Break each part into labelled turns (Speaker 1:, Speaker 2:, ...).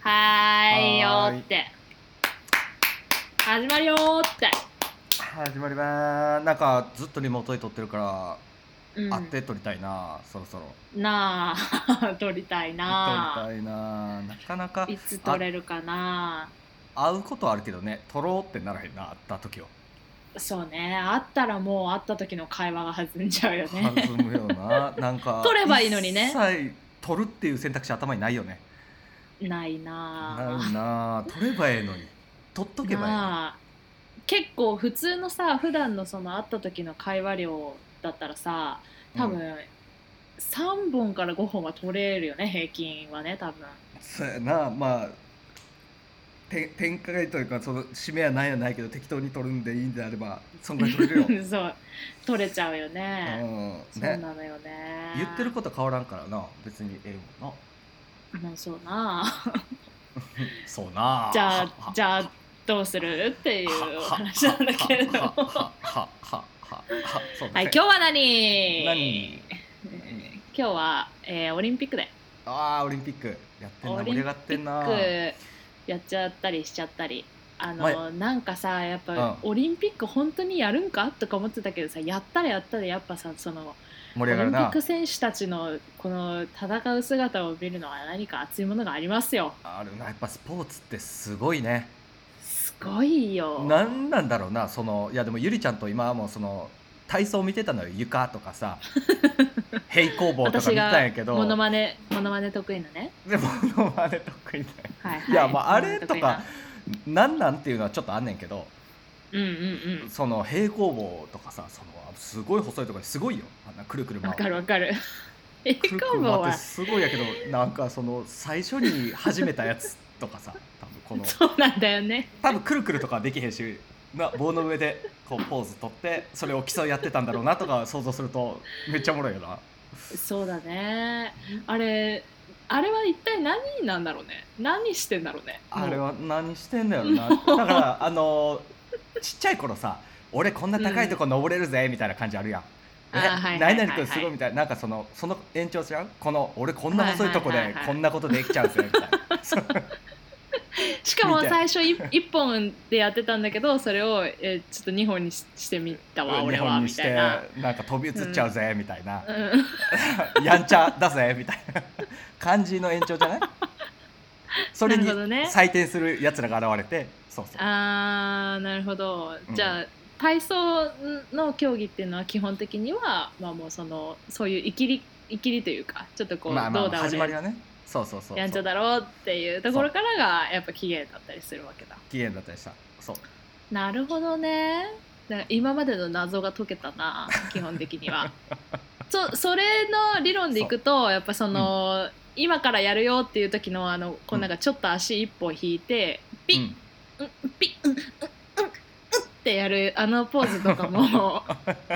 Speaker 1: はーいよーって始まるよーって、
Speaker 2: 始まりまーすなんかずっとリモートで撮ってるから、
Speaker 1: うん、
Speaker 2: 会って撮りたいなそろそろ
Speaker 1: なあ 撮りたい
Speaker 2: 撮
Speaker 1: な
Speaker 2: りたいななかなか
Speaker 1: あいつ撮れるかな
Speaker 2: 会うことはあるけどね撮ろうってならへんな会った時は
Speaker 1: そうねあったらもう会った時の会話が弾んじゃうよ
Speaker 2: 弾
Speaker 1: ね
Speaker 2: む よななんか
Speaker 1: 撮ればいいのにね
Speaker 2: 一切撮るっていう選択肢頭にないよね
Speaker 1: ないなあ
Speaker 2: ないな撮ればええのに撮っとけばええのに
Speaker 1: なあ結構普通のさ普段のその会った時の会話量だったらさ多
Speaker 2: うん
Speaker 1: 分、三3本から5本は撮れるよね平均はね多分
Speaker 2: そうやなまあて展開というかその締めはないやないけど適当に撮るんでいいんであればそんぐらい撮れるよ、う
Speaker 1: そう撮れちゃうよね、
Speaker 2: ん、
Speaker 1: そう
Speaker 2: ね
Speaker 1: なのよね
Speaker 2: 言ってること変わらんからな別にええもんな
Speaker 1: もうそうな
Speaker 2: そうな
Speaker 1: じゃあじゃあどうするっていう話なんだけれども
Speaker 2: はは
Speaker 1: は
Speaker 2: ははははそうです
Speaker 1: い
Speaker 2: ね
Speaker 1: 今日は何
Speaker 2: 何
Speaker 1: 今日は、えーオリンピックで
Speaker 2: あーオリンピックやってんな
Speaker 1: オ
Speaker 2: 盛
Speaker 1: リンピ
Speaker 2: り上がってんな
Speaker 1: ックやっちゃったりしちゃったりあの、
Speaker 2: ま
Speaker 1: なんかさやっぱ、
Speaker 2: う
Speaker 1: オリンピック本当にやるんかとか思ってたけどさやったらやったでやっぱさその
Speaker 2: 盛
Speaker 1: オ
Speaker 2: り
Speaker 1: リ
Speaker 2: 上がる
Speaker 1: ンピッ
Speaker 2: な
Speaker 1: ク選手たちのこの戦う姿を見るのは何か熱いものがありますよ
Speaker 2: あるなやっぱスポーツってすごいね
Speaker 1: すごいよ
Speaker 2: なんなんだろうなそのいやでもゆりちゃんと今はもうその体操見てたのよ床と かさ平行棒とか見
Speaker 1: 私
Speaker 2: たん
Speaker 1: が
Speaker 2: やけど
Speaker 1: モノマネモノマネ得意なね
Speaker 2: でもモノマネ得意だよ
Speaker 1: はいはい
Speaker 2: いやまああれと
Speaker 1: 得意な
Speaker 2: かなんなんっていうのはちょっとあんねんけど
Speaker 1: うんうんうん
Speaker 2: その平行棒とかさそのすごい細いところすごいよあんなくるくる回
Speaker 1: わ
Speaker 2: る
Speaker 1: かるわかる栄
Speaker 2: くるく
Speaker 1: 光
Speaker 2: る
Speaker 1: 棒
Speaker 2: 回
Speaker 1: は
Speaker 2: ってすごいやけどなんかその最初に始めたやつとかさ多分この
Speaker 1: そうなんだよね
Speaker 2: 多分くるくるとかはできへんしな棒の上でこうポーズ取ってそれを競い合ってたんだろうなとか想像するとめっちゃおもろいよな
Speaker 1: そうだねあれあれは一体何なんだろうね何してんだろうね
Speaker 2: あれ
Speaker 1: もう
Speaker 2: は何してんだよなだからあのちっちゃい頃さ俺こんな高いとこ登れるぜみたいな感じあるやん。
Speaker 1: あーはいはいはいはい
Speaker 2: え何々君すごいみたいななんかそのその延長じゃんこの俺こんな細いとこ
Speaker 1: はいはい
Speaker 2: で
Speaker 1: はいはい
Speaker 2: こんなことできちゃうぜみ たいなそう
Speaker 1: しかも
Speaker 2: み
Speaker 1: 最
Speaker 2: た
Speaker 1: 初い一本でやってたんだけどそれを、えーちょっと二本にししてみたわ
Speaker 2: 日
Speaker 1: 俺は
Speaker 2: 本に
Speaker 1: み
Speaker 2: したて
Speaker 1: いな、
Speaker 2: なんか飛び移っちゃうぜみたいな
Speaker 1: う、ん、
Speaker 2: やんちゃだぜみたいな感じの延長じ ゃないそれに
Speaker 1: なるほどね
Speaker 2: 採点するやつらが現れてそうそう
Speaker 1: あーなるほどじゃあ、体操の競技っていうのは基本的には、まあ、もうそのそういういきりいきりというかちょっとこう、
Speaker 2: まあまあ
Speaker 1: ど
Speaker 2: ま
Speaker 1: う
Speaker 2: あ
Speaker 1: だ
Speaker 2: 始
Speaker 1: 俺
Speaker 2: まりはねそうそうそうそう
Speaker 1: やんちゃだろうっていうところからがやっぱ起源だったりするわけだ
Speaker 2: 期限だったりしたそう
Speaker 1: なるほどねだから今までの謎が解けた な基本的にはそそれの理論でいくとやっぱその、今からやるよっていう時のあのこうなんかちょっと足一歩引いて、ピッ
Speaker 2: うん
Speaker 1: ピッうんうんうんうんってやるあのポーズとか も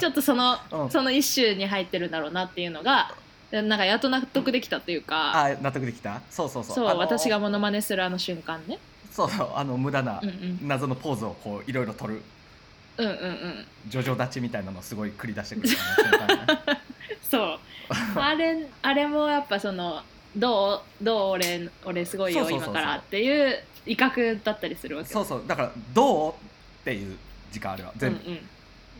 Speaker 1: ちょっとその、
Speaker 2: うん
Speaker 1: その一周に入ってるんだろうなっていうのがなんかやっと納得できたというか、
Speaker 2: あ納得できたそうそうそう
Speaker 1: そう、
Speaker 2: あの
Speaker 1: 私がモノマネするあの瞬間ね
Speaker 2: そうそうあの無駄な
Speaker 1: うんうん
Speaker 2: 謎のポーズをこういろいろ取る
Speaker 1: うんうんうん
Speaker 2: ジョジョ立ちみたいなのをすごい繰り出してくるよねそ の感じね
Speaker 1: そうあれあれもやっぱそのどうどう俺俺すごいよ
Speaker 2: そうそうそうそ
Speaker 1: 今
Speaker 2: う
Speaker 1: からっていう威嚇だったりするわけ
Speaker 2: そうそうだから「どう?」っていう時間あれは全部、
Speaker 1: うんうん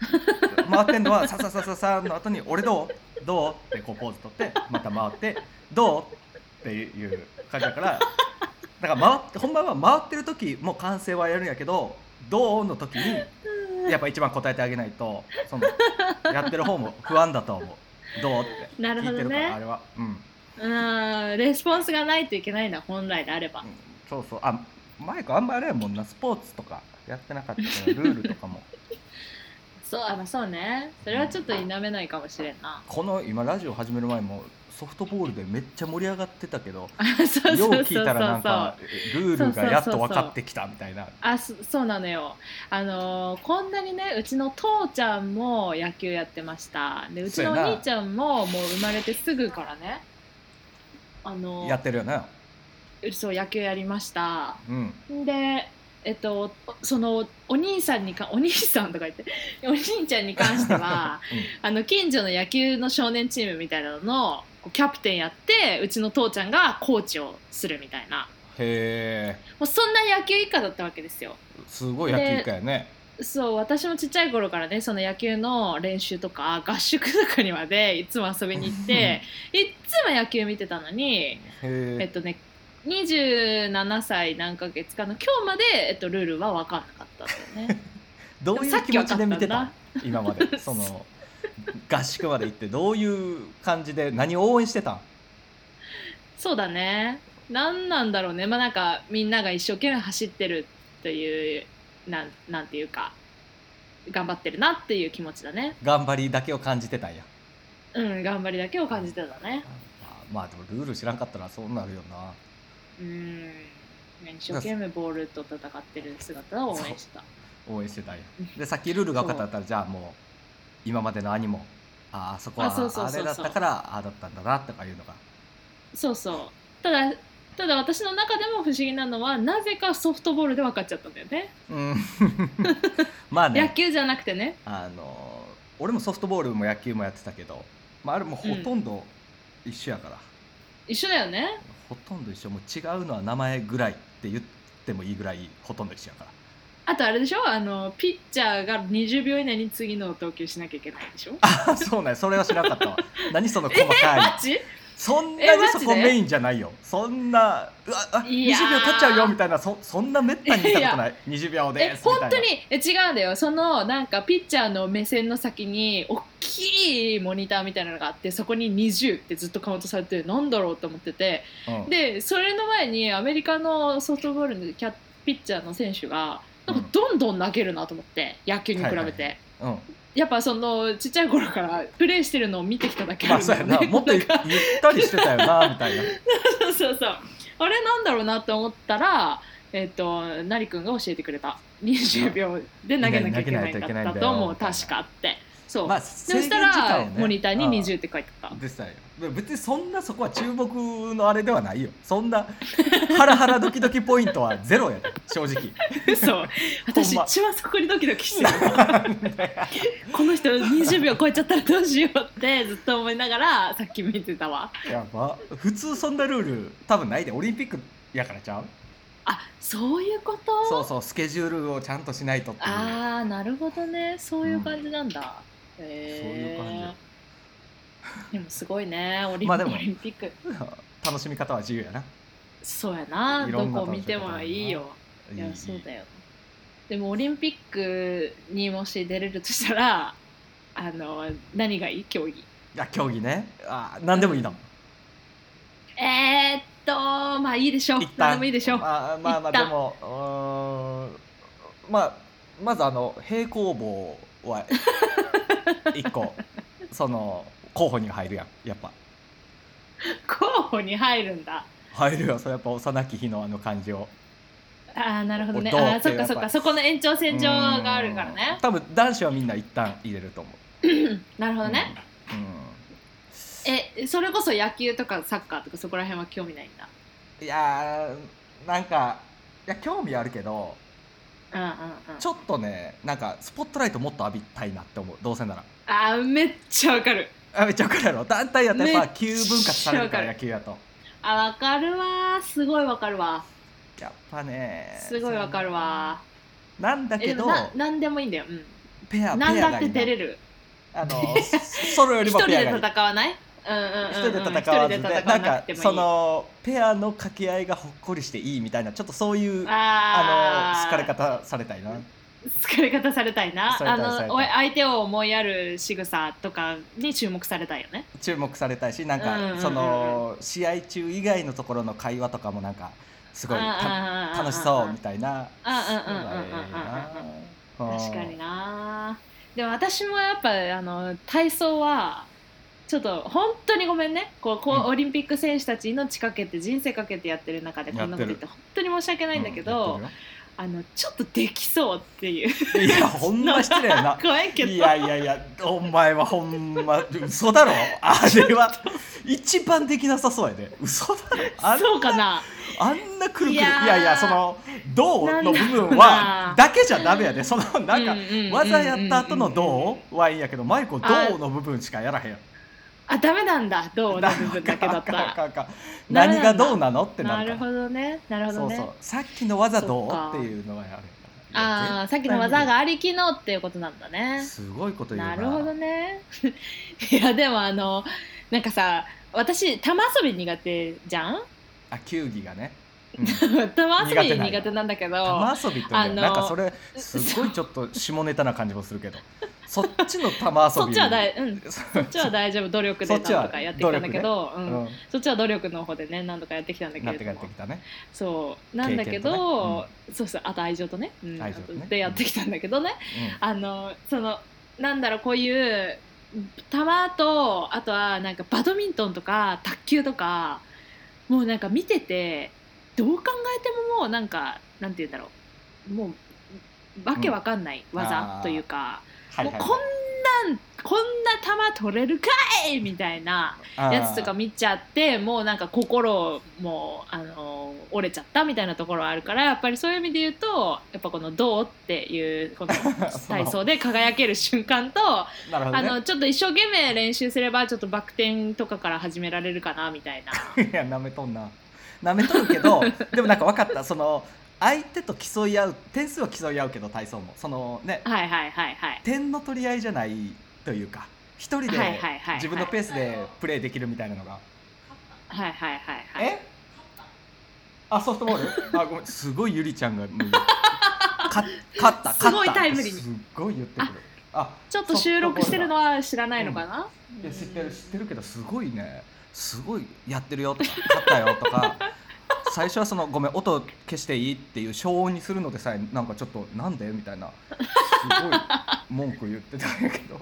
Speaker 2: 回ってんのは「さささささ」の後に「俺どうどう?」ってこうポーズ取ってまた回って「どう?」っていう感じだからだから回って本番は回ってる時もう完成はやるんやけど「どう?」の時にやっぱ一番答えてあげないとそのやってる方も不安だと思う「どう?」って
Speaker 1: なるほ
Speaker 2: 聞いて
Speaker 1: ど
Speaker 2: るから、あ
Speaker 1: ね
Speaker 2: れはうん。
Speaker 1: うんレスポンスがないといけないんだ本来であれば
Speaker 2: うんそうそうあマイクあんまあれやもんなスポーツとかやってなかったからルールとかも
Speaker 1: そうあまあそうねそれはちょっと否めないかもしれんな
Speaker 2: この今ラジオ始める前もソフトボールでめっちゃ盛り上がってたけど
Speaker 1: そう
Speaker 2: よう
Speaker 1: そうそう
Speaker 2: 聞いたらなんかルールがやっと分かってきたみたいな
Speaker 1: あそそうなのよあのーこんなにねうちの父ちゃんも野球やってましたでうちのお
Speaker 2: そうやな
Speaker 1: 兄ちゃんももう生まれてすぐからねあのー
Speaker 2: やってるよね
Speaker 1: そう野球やりました
Speaker 2: うん
Speaker 1: でえっとそのお兄さんにかお兄さんとか言ってお兄ちゃんに関して はあの近所の野球の少年チームみたいなののこうキャプテンやってうちの父ちゃんがコーチをするみたいな
Speaker 2: へえ
Speaker 1: もうそんな野球一家だったわけですよ
Speaker 2: すごい野球家やね
Speaker 1: そう私もちっちゃい頃からねその野球の練習とか合宿とかにまでいつも遊びに行っていっつも野球見てたのに
Speaker 2: へ
Speaker 1: えっとね27歳何ヶ月かの今日まで、えっと、ルールは分かんなかったんだよね。
Speaker 2: どういう気持ちで見てた
Speaker 1: さ
Speaker 2: 今までその合宿まで行ってどういう感じで何を応援してたん
Speaker 1: そうだね何なんだろうねまあなんかみんなが一生懸命走ってるというなんなんていうか頑張ってるなっていう気持ちだね
Speaker 2: 頑張りだけを感じてたんや
Speaker 1: うん頑張りだけを感じてたね
Speaker 2: あまあでもルール知らんかったらそうなるよな
Speaker 1: うんね一生懸命ボールと戦ってる姿を応援した
Speaker 2: 応援してたんやでさっきルールが分かったんだったらじゃあもう今までの兄もああそこは
Speaker 1: あそうそう
Speaker 2: あ
Speaker 1: そうそう
Speaker 2: れだったからああだったんだなとかいうのが
Speaker 1: そうそうただただ私の中でも不思議なのはなぜかソフトボールで分かっちゃったんだよね
Speaker 2: うんまあね
Speaker 1: 野球じゃなくてね
Speaker 2: あの俺もソフトボールも野球もやってたけど、まあ、あれもほとんど一緒やから、
Speaker 1: 一緒だよね
Speaker 2: ほとんど一緒もう違うのは名前ぐらいって言ってもいいぐらいほとんど一緒やから
Speaker 1: あとあれでしょあのピッチャーが20秒以内に次の投球しなきゃいけないでしょ
Speaker 2: あそうねそれは知らな かったわ何その細かい
Speaker 1: マジ
Speaker 2: そんな
Speaker 1: えマジ
Speaker 2: にそ
Speaker 1: で
Speaker 2: こメインじゃないよそんなうわあ20
Speaker 1: いや
Speaker 2: 秒
Speaker 1: ー
Speaker 2: 経っちゃうよみたいなそそんなめったに見たことない20秒で
Speaker 1: え
Speaker 2: すみ
Speaker 1: 本
Speaker 2: たいな
Speaker 1: 当にえ違うんだよそのなんかピッチャーの目線の先に大きいモニターみたいなのがあってそこに20ってずっとカウントされてなんだろうと思ってて
Speaker 2: うん
Speaker 1: でそれの前にアメリカのソフトボールのキャピッチャーの選手がなんかどんどん投げるなと思って野球に比べて、
Speaker 2: はいはいはうん
Speaker 1: やっぱそのちっちゃい頃からプレーしてるのを見てきただけあ
Speaker 2: まあ
Speaker 1: るん
Speaker 2: そう
Speaker 1: だ
Speaker 2: や
Speaker 1: よ
Speaker 2: な
Speaker 1: ね、
Speaker 2: もっとゆっ
Speaker 1: なんか
Speaker 2: たりしてたよなみたいな
Speaker 1: そうそうそうあれなんだろうなと思ったらえっ、となりくんが教えてくれた20秒で投げなきゃいけないんだったと思う
Speaker 2: 投げないといけないんだよ
Speaker 1: 確かってそう、
Speaker 2: まあ
Speaker 1: で
Speaker 2: 制
Speaker 1: そし
Speaker 2: 限時
Speaker 1: た
Speaker 2: 間
Speaker 1: ら
Speaker 2: をね
Speaker 1: モニターに
Speaker 2: うん
Speaker 1: 20って書いてた
Speaker 2: でしたよ別にそんなそこは注目のあれではないよそんなハラハラドキドキポイントはゼロやで正 直
Speaker 1: そう私
Speaker 2: ほんま
Speaker 1: 一番そこにドキドキしてるこの人20秒超えちゃったらどうしようって ずっと思いながらさっき見てたわ
Speaker 2: やば普通そんなルール多分ないでオリンピックやからちゃう
Speaker 1: あそういうこと
Speaker 2: そうそうスケジュールをちゃんとしないとっていう
Speaker 1: ああなるほどねそういう感じなんだ、へえ
Speaker 2: そういう感
Speaker 1: でもすごいねオリ,、
Speaker 2: まあでも
Speaker 1: オリンピック
Speaker 2: 楽しみ方は自由やな
Speaker 1: そうやない
Speaker 2: ろ
Speaker 1: ど
Speaker 2: んな
Speaker 1: こを見てもいいよいやそうだよでもオリンピックにもし出れるとしたらあの何がいい競技
Speaker 2: いや競技ねあ何でもいいの
Speaker 1: えー、っとまあいいで しょう
Speaker 2: 一
Speaker 1: 何
Speaker 2: 旦
Speaker 1: でもいいでしょう
Speaker 2: まあまあまあ
Speaker 1: 一旦
Speaker 2: でもうーんまあまずあの平行棒 は一個その候補に入るやんやっぱ
Speaker 1: 候補に入るんだ
Speaker 2: 入るよそれやっぱ幼き日のあの感じを
Speaker 1: あーなるほどね
Speaker 2: どう
Speaker 1: あーそっか
Speaker 2: やっぱ
Speaker 1: そっかそこの延長線上があるから
Speaker 2: う
Speaker 1: ね
Speaker 2: ん多分男子はみんな一旦入れると思う
Speaker 1: なるほどね、
Speaker 2: うん、うん
Speaker 1: えそれこそ野球とかサッカーとかそこら辺は興味ないんだ
Speaker 2: いやーなんかいや興味あるけど
Speaker 1: うんうんうん
Speaker 2: ちょっとねなんかスポットライトもっと浴びたいなって思うどうせなら
Speaker 1: あーめっちゃわかる
Speaker 2: あめっちゃ分かるやろ団体やったらやっ
Speaker 1: めっ
Speaker 2: ぱ
Speaker 1: ちゃ
Speaker 2: 急分割されるか
Speaker 1: わかる
Speaker 2: ら野球やと
Speaker 1: あわかるわーすごいわかるわ
Speaker 2: やっぱね
Speaker 1: すごいわかるわ
Speaker 2: そのなんだ
Speaker 1: え
Speaker 2: け
Speaker 1: で
Speaker 2: ど
Speaker 1: もな何でもいいんだよ、うん、
Speaker 2: ペアペア
Speaker 1: 何だ
Speaker 2: が
Speaker 1: っ
Speaker 2: い
Speaker 1: て
Speaker 2: いな
Speaker 1: 出れる
Speaker 2: あのソロよ
Speaker 1: 一
Speaker 2: りも
Speaker 1: 人
Speaker 2: ペ
Speaker 1: で
Speaker 2: アがいい
Speaker 1: 戦わないうんうんうんうん
Speaker 2: 一人で戦わずで
Speaker 1: 一人で戦
Speaker 2: な
Speaker 1: わ
Speaker 2: ん
Speaker 1: な
Speaker 2: か
Speaker 1: くてもいい
Speaker 2: そのペアの掛け合いがほっこりしていいみたいなちょっとそういう
Speaker 1: あ
Speaker 2: あの
Speaker 1: ー
Speaker 2: 好かれ方されたいな
Speaker 1: 疲れ方されたいな
Speaker 2: されたいさ
Speaker 1: あの
Speaker 2: れたい
Speaker 1: お相手を思いやる仕草とかに注目されたいよね
Speaker 2: 注目されたいしなん
Speaker 1: うんうんうんう
Speaker 2: か
Speaker 1: ん
Speaker 2: その試合中以外のところの会話とかもなんかすごいた楽
Speaker 1: 楽
Speaker 2: しそうみたいな
Speaker 1: うんうんうんうんうんうん
Speaker 2: うん
Speaker 1: 確かになでも私もやっぱあの体操はちょっと本当にごめんねこうこう、
Speaker 2: うん
Speaker 1: オリンピック選手たち命かけて人生かけてやってる中でこんなこと言って本当に申し訳ないんだけど、
Speaker 2: うんやっ
Speaker 1: あのちょっとできそうっていう
Speaker 2: てるよいやほんま失礼や な
Speaker 1: 怖いけど
Speaker 2: いやいやいやお前はほんま嘘だろあれは一番できなさそうやで嘘だろあれ
Speaker 1: そうかな
Speaker 2: あんなくるくるい
Speaker 1: い
Speaker 2: や
Speaker 1: やー
Speaker 2: いやその銅の部分
Speaker 1: な
Speaker 2: は
Speaker 1: んだ
Speaker 2: だけじゃダメやでそのなんか
Speaker 1: うんうんうんうん
Speaker 2: 技やった後の銅はいいんやけどマイコ銅の部分しかやらへん
Speaker 1: あダメなんだ どうの部分だけだった
Speaker 2: あかん
Speaker 1: ら
Speaker 2: あかんあかん
Speaker 1: ダメな
Speaker 2: 何
Speaker 1: んだ
Speaker 2: がどうなのってな
Speaker 1: な
Speaker 2: る
Speaker 1: る
Speaker 2: か
Speaker 1: ほどねなる
Speaker 2: ら
Speaker 1: ほどね
Speaker 2: そうそうさっきの技どう
Speaker 1: そっか
Speaker 2: っていうのがあるから
Speaker 1: ああさっきの技がありきのっていうことなんだね
Speaker 2: すごいこと言う
Speaker 1: なるほどね いやでもあのなんかさ私玉遊び苦手じゃん
Speaker 2: あ球技がね、
Speaker 1: 玉遊び
Speaker 2: 苦手なんや
Speaker 1: 苦手なんだけど
Speaker 2: 玉遊びってね、
Speaker 1: あの
Speaker 2: なんかそれすごいちょっと下ネタな感じもする けどそっちの玉遊び
Speaker 1: そっちは大うん
Speaker 2: そ
Speaker 1: そっちは大丈夫努力
Speaker 2: そ
Speaker 1: で
Speaker 2: っちは
Speaker 1: なんとかやってきたんだけど、
Speaker 2: う
Speaker 1: うん
Speaker 2: ん、
Speaker 1: そっちは努力の方でね何度かやってきたんだけ
Speaker 2: なっ
Speaker 1: れ
Speaker 2: て
Speaker 1: ど
Speaker 2: 帰
Speaker 1: も
Speaker 2: ってきたね
Speaker 1: そうなんだけ
Speaker 2: 経験と
Speaker 1: ど
Speaker 2: ね、
Speaker 1: そうそうあと愛情とね,、うん、
Speaker 2: 愛情とね
Speaker 1: あとでやってきたんだけどね、あのそのなんだろうこういう球とあとはなんかバドミントンとか卓球とかもうなんか見ててどう考えてももうなんかなんて言うんだろうもうわけわかんない
Speaker 2: あ
Speaker 1: 技
Speaker 2: ー
Speaker 1: というか、
Speaker 2: はいはい
Speaker 1: もうこんなんこんな球取れるかいみたいな
Speaker 2: はい
Speaker 1: やつとか見ちゃってもうなんか心もあの折れちゃったみたいなところはあるからやっぱりそういう意味で言うとやっぱこの「どう?」っていう この体操で輝ける瞬間と、
Speaker 2: あーなるほ
Speaker 1: あ
Speaker 2: ど
Speaker 1: のちょっと一生懸命練習すればちょっとバク転とかから始められるかなみた いな。
Speaker 2: ねいやなめとんななめとるけ どでもなんか分かったその相手と競い合う点数は競い合うけど体操もそのね
Speaker 1: はいはいはいはい。
Speaker 2: 点の取り合いじゃないというか一人
Speaker 1: はいはい
Speaker 2: で
Speaker 1: はいはい
Speaker 2: 自分のペースでプレーできるみたいなのが
Speaker 1: はいはいはいはい。
Speaker 2: えあソフトボール あごめんすごいゆりちゃんが もう勝勝った勝った
Speaker 1: すごいタイムリーに
Speaker 2: すっごい言ってくるあ
Speaker 1: ちょっと収録してるの
Speaker 2: は
Speaker 1: は知らないのかな、
Speaker 2: いや知ってる知ってるけどすごいねすごいやってるよとか勝ったよと か最初はそのごめん音消していいっていう消音にするのでさえなんかちょっとなんでみたいなすごい文句言ってたんやけど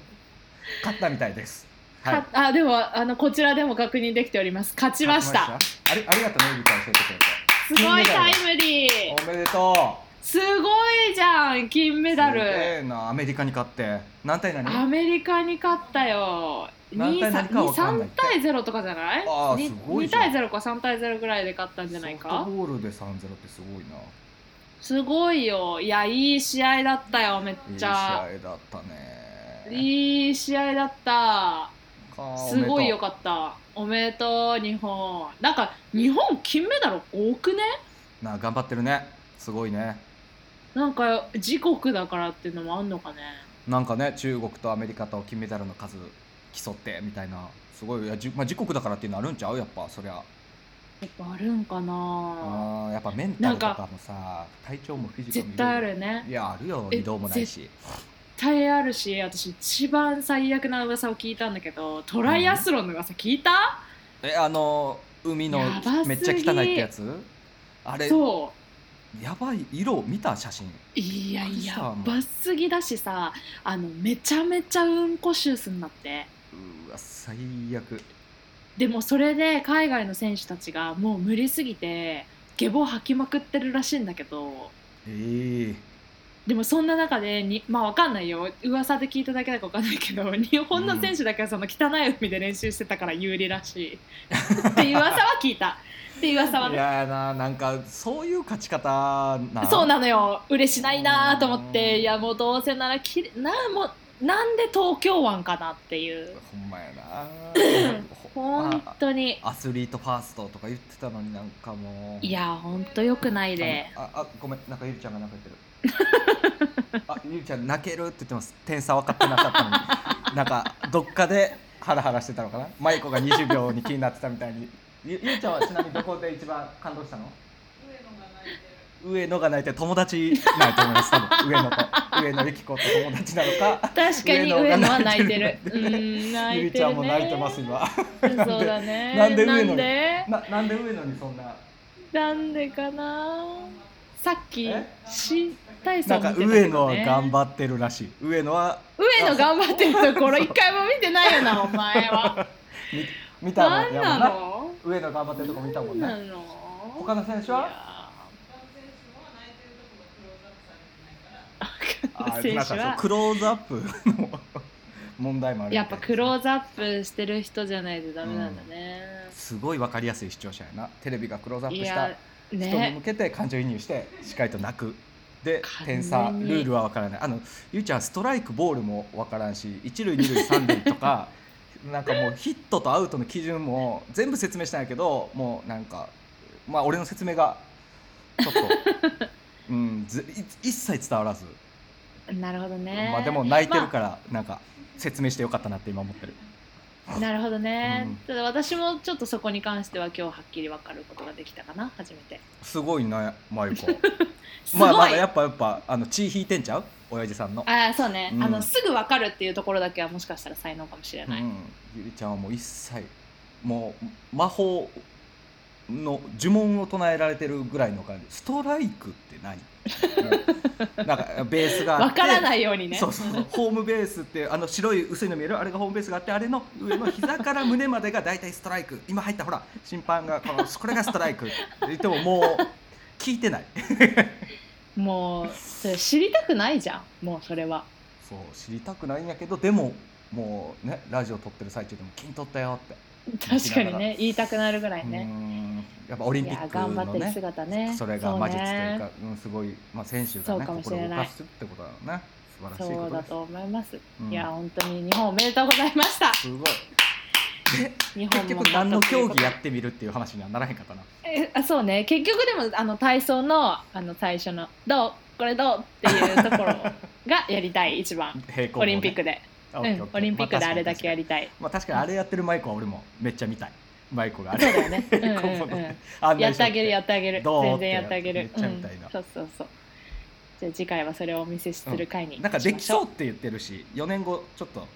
Speaker 2: 勝ったみたいですはい
Speaker 1: かあでもあのこちらでも確認できております勝ちました
Speaker 2: 勝ちましたありありがとうねゆりちゃん教えてくれて
Speaker 1: すごいタイムリー
Speaker 2: おめでとう
Speaker 1: すごいじゃん金メダ
Speaker 2: すげ
Speaker 1: ル
Speaker 2: えなアメリカに勝って何対何
Speaker 1: アメリカに勝ったよ
Speaker 2: 何対何かわかんない
Speaker 1: 3対0とかじゃない
Speaker 2: あー
Speaker 1: に
Speaker 2: すごい
Speaker 1: 2
Speaker 2: じゃん
Speaker 1: 対0か3対0ぐらいで勝ったんじゃない
Speaker 2: ソフ
Speaker 1: か
Speaker 2: トボールで3-0ってすごいな
Speaker 1: すごいよいやいい試合だったよめっ
Speaker 2: いい
Speaker 1: ち
Speaker 2: 試
Speaker 1: ゃ
Speaker 2: 合だったね
Speaker 1: いい試合だった
Speaker 2: か
Speaker 1: すごいよ
Speaker 2: か
Speaker 1: かったおめでとう日本なんか日本金メダル多くね
Speaker 2: なあ頑張ってるねすごいね
Speaker 1: なんか自国だからっていうのもあんのかね
Speaker 2: なんかね中国とアメリカと金メダルの数競ってみたいなすごいいやじ、まあ、自国だからっていうのあるんちゃうやっぱそりゃ
Speaker 1: やっぱあるんかな
Speaker 2: あーやっぱメンタルとかもさ体調もフィジカルも
Speaker 1: 絶対あるよ
Speaker 2: い
Speaker 1: ね
Speaker 2: やあるよ
Speaker 1: え
Speaker 2: 移動もないし
Speaker 1: 絶対あるし私一番最悪な噂を聞いたんだけどトライアスロンの噂聞いた、
Speaker 2: えあの海の
Speaker 1: やばすぎ
Speaker 2: めっちゃ汚いってやつあれ
Speaker 1: そう
Speaker 2: やばい色見た写真
Speaker 1: いや
Speaker 2: びっくり
Speaker 1: い
Speaker 2: し
Speaker 1: や
Speaker 2: たわもう
Speaker 1: バすぎだしさあのめちゃめちゃうんこ臭すんだって
Speaker 2: うわ最悪
Speaker 1: でもそれで海外の選手たちがもう無理すぎて下棒吐きまくってるらしいんだけど
Speaker 2: えー、
Speaker 1: でもそんな中でにまあわかんないよ噂で聞いただけだかわかんないけ ど日本の選手だけはその汚い海で練習してたから有利ら しいっていう噂は聞いたっていう噂はいね
Speaker 2: やーななんかそういう勝ち方な
Speaker 1: そうなのよ嬉しないなと思っていやもうどうせならきれなもうなんで東京湾かなっていう
Speaker 2: ほんまやな ほ
Speaker 1: 本
Speaker 2: あ
Speaker 1: 当に
Speaker 2: アスリートファーストとか言ってたのになんかもう
Speaker 1: いや本当よくないで
Speaker 2: ああごめんなんかゆりちゃんが泣けてる あゆりちゃん泣けるって言ってます点差分かってなかったのに なんかどっかでハラハラしてたのかな舞子が20秒に気になってたみたいにゆゆりちゃんはちなみにどこで一番感動したの上野が泣いてる友達ないと思います多分上野と上野由紀子と友達なのか
Speaker 1: 確かに
Speaker 2: 上
Speaker 1: 上
Speaker 2: 野
Speaker 1: 野
Speaker 2: が
Speaker 1: は
Speaker 2: 泣
Speaker 1: 泣
Speaker 2: い
Speaker 1: い
Speaker 2: て
Speaker 1: て
Speaker 2: る
Speaker 1: るうん泣いてる、ね、
Speaker 2: ゆりちゃんも泣いてます今
Speaker 1: そう
Speaker 2: なんで
Speaker 1: だね
Speaker 2: なんで上野に
Speaker 1: なんで
Speaker 2: ななんで上野にそんな
Speaker 1: なんでかなさっき
Speaker 2: え
Speaker 1: 新体操
Speaker 2: な
Speaker 1: を見
Speaker 2: ん
Speaker 1: て
Speaker 2: か
Speaker 1: たけど、ね、
Speaker 2: 上野は頑張ってるらしい上野は
Speaker 1: 上野頑張ってるところ一回も見てないよなお前は
Speaker 2: 見見たも
Speaker 1: 何
Speaker 2: んやもん
Speaker 1: な
Speaker 2: な
Speaker 1: の
Speaker 2: 上野頑張ってるとこ見たもん
Speaker 1: な
Speaker 2: ね
Speaker 1: の
Speaker 2: 他の選手はあ
Speaker 1: 選手
Speaker 2: なんかそう
Speaker 1: は
Speaker 2: クローズアップの問題もある
Speaker 1: やっぱクロ
Speaker 2: ズ
Speaker 1: ーズアップしてる人じゃないとダメなんだね、
Speaker 2: すごいわかりやすい視聴者やなテレビがクローズアッ
Speaker 1: い
Speaker 2: プした
Speaker 1: や
Speaker 2: 人に
Speaker 1: ね
Speaker 2: 向けて感情移入してしっかりと泣くで
Speaker 1: 完全
Speaker 2: 点
Speaker 1: に
Speaker 2: 差ルールはわからないあのゆうちゃんストライクボールもわからんし一塁二塁三塁とか なんかもうヒットとアウトの基準も全部説明したんやけどもうなんかまあ俺の説明がち ょっと、うん、ずい一切伝わらず、
Speaker 1: なるほどね。
Speaker 2: まあ、でも泣いてるからなんか説明してよかったなって今思ってる。
Speaker 1: なるほどね、
Speaker 2: うん
Speaker 1: ただ私もちょっとそこに関しては今日はっきり分かることができたかな初めて
Speaker 2: すごいな、まゆこ。
Speaker 1: すごい、
Speaker 2: まあ、まだやっぱ、やっぱ、あの血引いてんちゃう、親父さんの。
Speaker 1: ああそうね、
Speaker 2: うん
Speaker 1: あのすぐ分かるっていうところだけはもしかしたら才能かもしれ
Speaker 2: う
Speaker 1: ない、
Speaker 2: ん、ゆりちゃんはもう一切、もう魔法。の呪文を唱えられてるぐらいの感じ、ストライクって 何。もうなんかベースがあ
Speaker 1: 分
Speaker 2: って。
Speaker 1: からないようにね
Speaker 2: そうそう そうホームベースってあの白い薄いの見えるあれがホームベースがあってあれの上の膝から胸までが大体ストライク今入ったほら審判がこのこれがストライクって言ってももう聞いてない
Speaker 1: もうそれ知りたくないじゃんもうそれは
Speaker 2: そう知りたくないんやけどでももうねラジオ撮ってる最中でも「金取ったよ」って、
Speaker 1: 確かにね言いたくなるぐらいね、
Speaker 2: うんやっぱオリン
Speaker 1: い
Speaker 2: ピ
Speaker 1: や
Speaker 2: ック
Speaker 1: 頑張
Speaker 2: の
Speaker 1: ってる
Speaker 2: ね
Speaker 1: 姿ね
Speaker 2: それが魔術という
Speaker 1: そうね
Speaker 2: かうん、すごい、まあ、選手が
Speaker 1: そう
Speaker 2: ね
Speaker 1: かもし
Speaker 2: 心
Speaker 1: れ
Speaker 2: を動
Speaker 1: ない
Speaker 2: かすってことだよね素晴らしい
Speaker 1: そ
Speaker 2: こ
Speaker 1: う
Speaker 2: と
Speaker 1: だ
Speaker 2: です
Speaker 1: と思います、
Speaker 2: うん
Speaker 1: いや本当に日本おめでとうございました
Speaker 2: すごい
Speaker 1: 日本
Speaker 2: 結
Speaker 1: も
Speaker 2: 局何の競技や
Speaker 1: っ
Speaker 2: ってみるっていう話にはならへんかったな
Speaker 1: えあそうね結局でもあの体操のあの最初の「どうこれどう?」っていうところが やりたい一番
Speaker 2: 平行棒
Speaker 1: オ
Speaker 2: ね
Speaker 1: リンピックで、
Speaker 2: あ
Speaker 1: う
Speaker 2: オッケーオ
Speaker 1: ん
Speaker 2: ッ、ケー
Speaker 1: オリンピックであれだけやりたい、
Speaker 2: まあ確かにあれやってるマイコは俺もめっちゃ見たいマイコがあ
Speaker 1: そ
Speaker 2: れ
Speaker 1: うだよ ね、うんうんうん
Speaker 2: あんな
Speaker 1: や
Speaker 2: に
Speaker 1: っ
Speaker 2: して
Speaker 1: あげるやってあげる
Speaker 2: どう
Speaker 1: 全然やってあげ
Speaker 2: めっ
Speaker 1: る
Speaker 2: ちゃみたいな
Speaker 1: うん、そうそうそうじゃあ次回はそれをお見せする回にしましょう、
Speaker 2: なんかできそうって言ってるし4年後ちょっと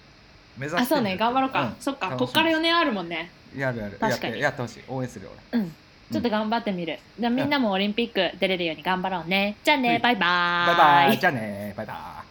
Speaker 2: 目指して
Speaker 1: あそうね
Speaker 2: みる
Speaker 1: 頑張ろうか、
Speaker 2: ん
Speaker 1: そっか
Speaker 2: 楽しみ
Speaker 1: こっから4年あるもんね
Speaker 2: やるやるやっ
Speaker 1: 確かに
Speaker 2: てやってほしい応援するよ
Speaker 1: うんちょっと頑張ってみる、じゃあみんなもオリンピック出れるように頑張ろうねじゃあね、
Speaker 2: うん
Speaker 1: バイバ
Speaker 2: 俺
Speaker 1: ー
Speaker 2: バイバイじゃあねバイバイ